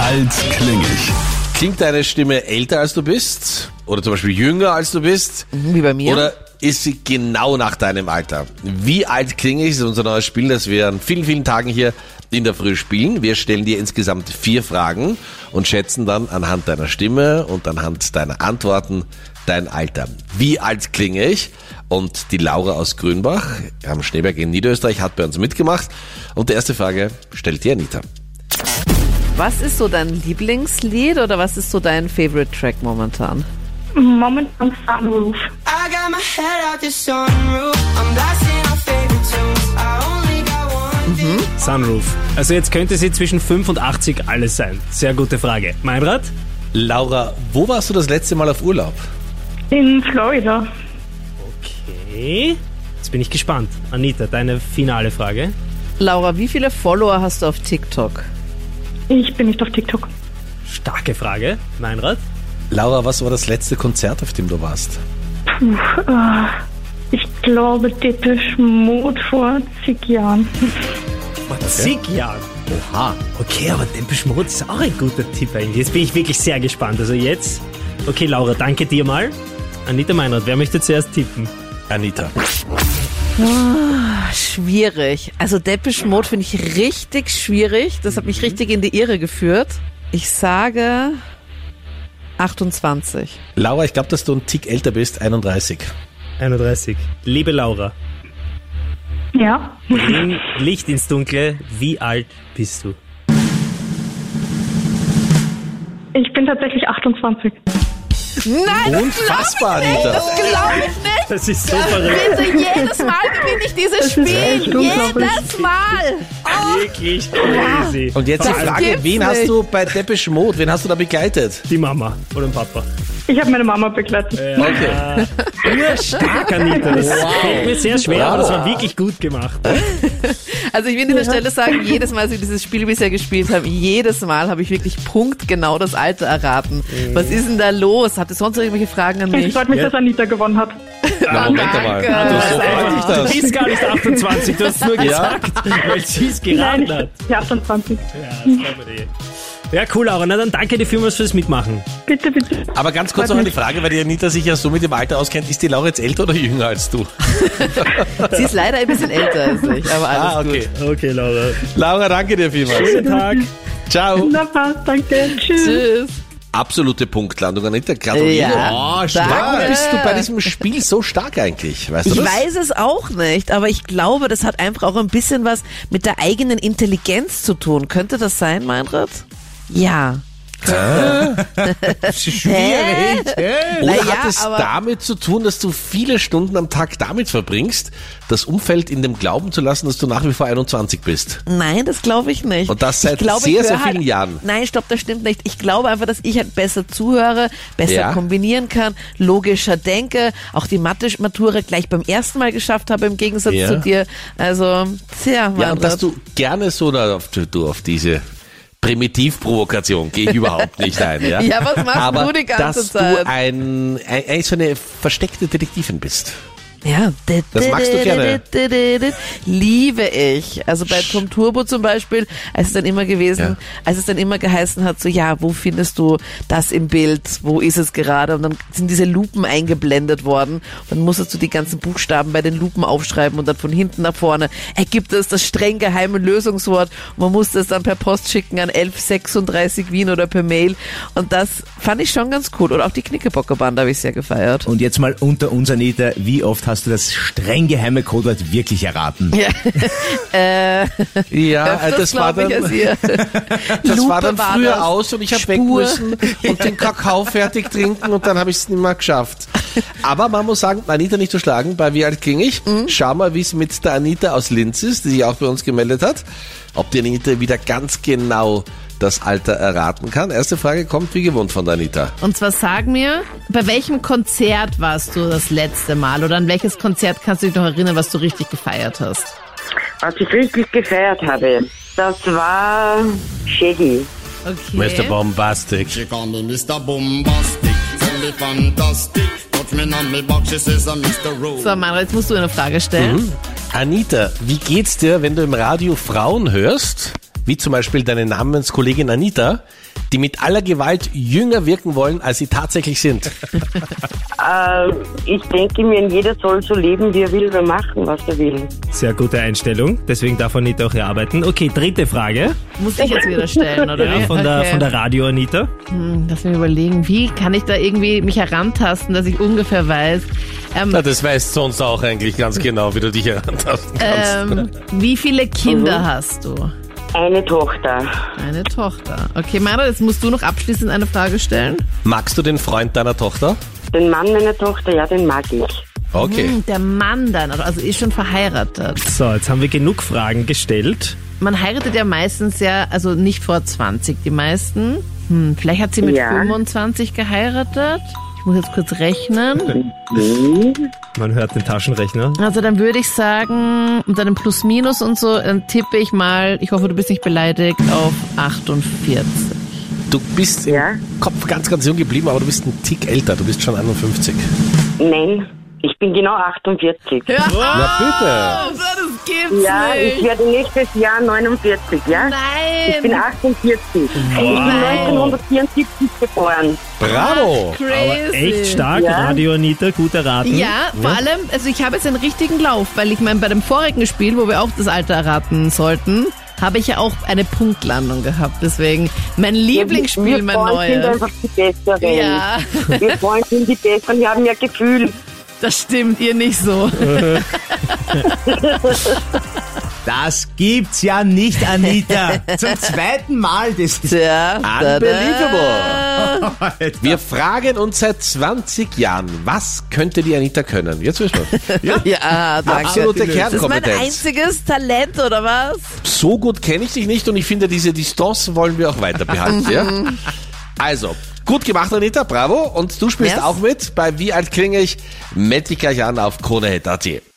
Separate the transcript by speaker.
Speaker 1: Alt kling ich.
Speaker 2: Klingt deine Stimme älter als du bist? Oder zum Beispiel jünger als du bist?
Speaker 3: Mhm, Wie bei mir.
Speaker 2: Oder ist sie genau nach deinem Alter? Wie alt klinge ich? Das ist unser neues Spiel, das wir an vielen, vielen Tagen hier in der Früh spielen. Wir stellen dir insgesamt vier Fragen und schätzen dann anhand deiner Stimme und anhand deiner Antworten dein Alter. Wie alt klinge ich? Und die Laura aus Grünbach am Schneeberg in Niederösterreich hat bei uns mitgemacht. Und die erste Frage stellt dir Anita.
Speaker 3: was ist so dein Lieblingslied oder was ist so dein Favorite Track momentan?
Speaker 4: Momentan Sunroof.
Speaker 5: I got my head out the sunroof. I'm blasting my favorite tunes. I only got one thing.
Speaker 6: Sunroof. Also jetzt könnte sie zwischen 5 und 80 alles sein. Sehr gute Frage. Meinrad?
Speaker 2: Laura, wo warst du das letzte Mal auf Urlaub?
Speaker 4: In Florida.
Speaker 6: Okay. Jetzt bin ich gespannt. Anita, deine finale Frage.
Speaker 3: Laura, wie viele Follower hast du auf TikTok?
Speaker 4: Ich bin nicht auf TikTok.
Speaker 6: Starke Frage. Meinrad?
Speaker 2: Laura, was war das letzte Konzert, auf dem du warst?
Speaker 4: Ich glaube, Depeche Mode vor zig Jahren.
Speaker 6: Vor zig Jahren.
Speaker 2: Ha,
Speaker 6: Okay, aber Depeche Mode ist auch ein guter Tipp eigentlich. Jetzt bin ich wirklich sehr gespannt. Also jetzt... Okay, Laura, danke dir mal. Anita Meinrad, wer möchte zuerst tippen?
Speaker 2: Anita.
Speaker 3: Schwierig. Also Depeche Mode finde ich richtig schwierig. Das hat mich richtig in die Irre geführt. Ich sage 28.
Speaker 2: Laura, ich glaube, dass du ein Tick älter bist, 31.
Speaker 6: 31. Liebe Laura,
Speaker 4: Ja.
Speaker 6: bring Licht ins Dunkle. Wie alt bist du?
Speaker 4: Ich bin tatsächlich 28.
Speaker 3: Nein,
Speaker 2: Unfassbar, Anita.
Speaker 3: das glaube ich nicht.
Speaker 6: Das ist so verrückt.
Speaker 3: Also jedes Mal gewinne ich dieses
Speaker 4: ist echt
Speaker 3: Spiel.
Speaker 4: unglaublich.
Speaker 3: Jedes Mal.
Speaker 6: Wirklich crazy.
Speaker 2: Und jetzt die
Speaker 3: Das
Speaker 2: Frage,
Speaker 3: gibt's
Speaker 2: wen hast
Speaker 3: nicht.
Speaker 2: du bei Depeche Mode, wen hast du da begleitet?
Speaker 6: Die Mama oder den Papa.
Speaker 4: Ich habe meine Mama begleitet.
Speaker 2: Äh, Okay.
Speaker 6: Stark, Äh, Anita. Das fällt mir sehr schwer, aber das war wirklich gut gemacht.
Speaker 3: Also ich will an dieser Stelle sagen, jedes Mal, als wir dieses Spiel bisher gespielt haben, jedes Mal habe ich wirklich punktgenau das Alter erraten. Was ist denn da los? Habt ihr sonst noch irgendwelche Fragen an
Speaker 4: Ich
Speaker 3: mich?
Speaker 4: freut mich, dass Anita gewonnen hat.
Speaker 2: Na, Moment einmal.
Speaker 3: danke.
Speaker 2: Du, so freut dich
Speaker 6: Du
Speaker 2: das.
Speaker 6: bist gar nicht 28, du hast es nur
Speaker 2: Ja.
Speaker 6: gesagt, weil sie es
Speaker 4: Nein,
Speaker 6: geraten
Speaker 4: ich bin
Speaker 6: hat.
Speaker 4: die 28.
Speaker 6: Ja, das kann man eh. ja, cool, Laura. Na dann danke dir vielmals fürs Mitmachen.
Speaker 4: Bitte, bitte.
Speaker 2: Aber ganz kurz noch eine Frage, weil die Anita sich ja so mit dem Alter auskennt. Ist die Laura jetzt älter oder jünger als du?
Speaker 3: Sie ist leider ein bisschen älter als ich, aber alles gut.
Speaker 6: Okay, Laura.
Speaker 2: Ah, Laura, danke dir vielmals.
Speaker 6: Schönen Tag.
Speaker 2: Ciao.
Speaker 4: Na, passt. Danke. Tschüss.
Speaker 3: Tschüss.
Speaker 2: Absolute Punktlandung, Anita. Gratuliere.
Speaker 3: Ja.
Speaker 2: Oh, stark. Warum
Speaker 3: Danke.
Speaker 2: bist du bei diesem Spiel so stark eigentlich? Weißt du
Speaker 3: Ich
Speaker 2: das?
Speaker 3: weiß es auch nicht, aber ich glaube, das hat einfach auch ein bisschen was mit der eigenen Intelligenz zu tun. Könnte das sein, Meinrad? Ja. Schwierig.
Speaker 2: Oder
Speaker 3: Naja,
Speaker 2: hat es
Speaker 3: aber-
Speaker 2: damit zu tun, dass du viele Stunden am Tag damit verbringst, das Umfeld in dem Glauben zu lassen, dass du nach wie vor 21 bist?
Speaker 3: Nein, das glaube ich nicht.
Speaker 2: Und das seit
Speaker 3: ich glaube,
Speaker 2: sehr,
Speaker 3: ich
Speaker 2: sehr
Speaker 3: höre
Speaker 2: vielen
Speaker 3: halt,
Speaker 2: Jahren.
Speaker 3: Nein, stopp, das stimmt nicht. Ich glaube einfach, dass ich halt besser zuhöre, besser
Speaker 2: Ja.
Speaker 3: kombinieren kann, logischer denke, auch die Mathe-Matura gleich beim ersten Mal geschafft habe, im Gegensatz
Speaker 2: Ja.
Speaker 3: zu dir. Also, sehr,
Speaker 2: Ja, und dass
Speaker 3: Meinrad.
Speaker 2: du gerne so da auf, du auf diese Primitivprovokation gehe ich überhaupt nicht ein. Ja,
Speaker 3: Ja, was machst
Speaker 2: Aber
Speaker 3: du die ganze
Speaker 2: dass
Speaker 3: Zeit?
Speaker 2: du ein, ein, ein, so eine versteckte Detektivin bist.
Speaker 3: Ja,
Speaker 2: Das magst du gerne.
Speaker 3: Liebe ich. Also bei Tom Turbo zum Beispiel, als es dann immer gewesen,
Speaker 2: Ja.
Speaker 3: als es dann immer geheißen hat, so ja, wo findest du das im Bild? Wo ist es gerade? Und dann sind diese Lupen eingeblendet worden. Und dann musstest du die ganzen Buchstaben bei den Lupen aufschreiben und dann von hinten nach vorne ergibt es das streng geheime Lösungswort. Und man musste es dann per Post schicken an 1136 Wien oder per Mail. Und das fand ich schon ganz cool. Und auch die Knickerbockerbande habe ich sehr gefeiert.
Speaker 7: Und jetzt mal unter uns, Anita, wie oft hast du das streng geheime Codewort wirklich erraten?
Speaker 3: Ja.
Speaker 2: Ja, äh,
Speaker 3: Öfters, glaub ich, als ihr.
Speaker 2: Das
Speaker 3: Lupe
Speaker 2: war dann früher
Speaker 3: das.
Speaker 2: aus und ich habe weg
Speaker 3: Spur.
Speaker 2: müssen und den Kakao fertig trinken und dann habe ich es nicht mehr geschafft. Aber man muss sagen, Anita nicht zu schlagen, bei wie alt klinge ich? Schau mal, wie es mit der Anita aus Linz ist, die sich auch bei uns gemeldet hat. Ob die Anita wieder ganz genau das Alter erraten kann. Erste Frage kommt wie gewohnt von der Anita.
Speaker 8: Und zwar sag mir, bei welchem Konzert warst du das letzte Mal oder an welches Konzert kannst du dich noch erinnern, was du richtig gefeiert hast?
Speaker 9: Was ich richtig gefeiert habe, das war Shaggy.
Speaker 8: Okay.
Speaker 2: Bombastic.
Speaker 10: She call me Mr. Bombastic, tell me fantastic. Touch me on me box, she says I'm Mr. Rose.
Speaker 8: So, Mara, jetzt
Speaker 6: Mhm.
Speaker 8: musst du eine Frage stellen.
Speaker 2: Anita, wie geht's dir, wenn du im Radio Frauen hörst, wie zum Beispiel deine Namenskollegin Anita, die mit aller Gewalt jünger wirken wollen, als sie tatsächlich sind?
Speaker 9: Ähm, ich denke mir, jeder soll so leben, wie er will, und machen, was er will.
Speaker 6: Sehr gute Einstellung. Deswegen darf Anita auch hier arbeiten. Okay, dritte Frage
Speaker 3: Muss ich jetzt wieder stellen, oder?
Speaker 6: ja,
Speaker 3: wie?
Speaker 6: von, der,
Speaker 3: Okay.
Speaker 6: von der Radio Anita.
Speaker 3: Hm, Lass mich überlegen, wie kann ich da irgendwie mich herantasten, dass ich ungefähr weiß, ähm,
Speaker 2: Na, das weißt sonst auch eigentlich ganz genau, wie du dich herantasten kannst.
Speaker 3: ähm, wie viele Kinder
Speaker 6: Mhm.
Speaker 3: hast du?
Speaker 9: Eine Tochter.
Speaker 3: Eine Tochter. Okay, Mara, jetzt musst du noch abschließend eine Frage stellen.
Speaker 2: Magst du den Freund deiner Tochter?
Speaker 9: Den Mann meiner Tochter, ja, den mag ich.
Speaker 2: Okay.
Speaker 3: Hm, der Mann deiner, also ist schon verheiratet.
Speaker 6: So, jetzt haben wir genug Fragen gestellt.
Speaker 3: Man heiratet ja meistens ja, also nicht vor 20, die meisten. Hm, vielleicht hat sie mit
Speaker 9: Ja.
Speaker 3: 25 geheiratet. Ich muss jetzt kurz rechnen.
Speaker 6: Man hört den Taschenrechner.
Speaker 3: Also dann würde ich sagen, unter einem Plus-Minus und so, dann tippe ich mal, ich hoffe, du bist nicht beleidigt, auf 48.
Speaker 2: Du bist im
Speaker 9: Ja?
Speaker 2: Kopf ganz, ganz jung geblieben, aber du bist ein Tick älter. Du bist schon 51.
Speaker 9: Nein, ich bin genau 48.
Speaker 3: Hör
Speaker 2: Na bitte.
Speaker 3: auf, Oh, das gibt's
Speaker 9: Ja, ich
Speaker 3: nicht.
Speaker 9: werde nächstes Jahr 49, ja? Ich bin
Speaker 3: Nein,
Speaker 9: 48. Ich bin 1974 geboren.
Speaker 2: Bravo.
Speaker 3: crazy.
Speaker 6: Echt stark,
Speaker 9: Ja.
Speaker 6: Radio Anita, gut erraten.
Speaker 3: Ja, vor allem, also ich habe jetzt den richtigen Lauf, weil ich meine, bei dem vorigen Spiel, wo wir auch das Alter erraten sollten, habe ich ja auch eine Punktlandung gehabt. Deswegen mein Lieblingsspiel,
Speaker 9: wir
Speaker 3: mein
Speaker 9: Frauen sind
Speaker 3: neues.
Speaker 9: einfach die Besseren.
Speaker 3: Ja,
Speaker 9: Wir Frauen sind die Besseren, wir haben ja Gefühl.
Speaker 3: das stimmt, ihr nicht so.
Speaker 7: Das gibt's ja nicht, Anita. Zum zweiten Mal. Das ist
Speaker 11: Tja,
Speaker 3: Ah?
Speaker 11: da,
Speaker 2: Unbelievable. Wir fragen uns seit 20 Jahren, was könnte die Anita können? Jetzt wissen wir.
Speaker 11: Ja, danke.
Speaker 2: Absolute
Speaker 11: das ist mein
Speaker 2: Kernkompetenz.
Speaker 11: einziges Talent, oder was?
Speaker 2: So gut kenne ich dich nicht und ich finde, diese Distanz wollen wir auch weiter behalten. ja? Also, gut gemacht, Anita, bravo. Und du spielst
Speaker 11: Yes.
Speaker 2: auch mit bei Wie alt klinge ich? Meld dich gleich an auf kronehit.at.